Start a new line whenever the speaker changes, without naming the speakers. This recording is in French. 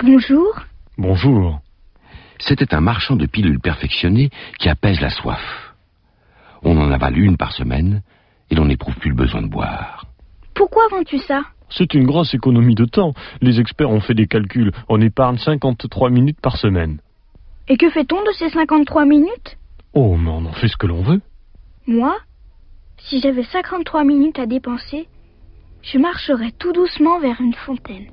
Bonjour.
Bonjour.
C'était un marchand de pilules perfectionnées qui apaise la soif. On en avale une par semaine et l'on n'éprouve plus le besoin de boire.
Pourquoi vends-tu ça
C'est une grosse économie de temps. Les experts ont fait des calculs. On épargne 53 minutes par semaine.
Et que fait-on de ces 53 minutes
Oh, mais on en fait ce que l'on veut.
Moi, si j'avais 53 minutes à dépenser, je marcherais tout doucement vers une fontaine.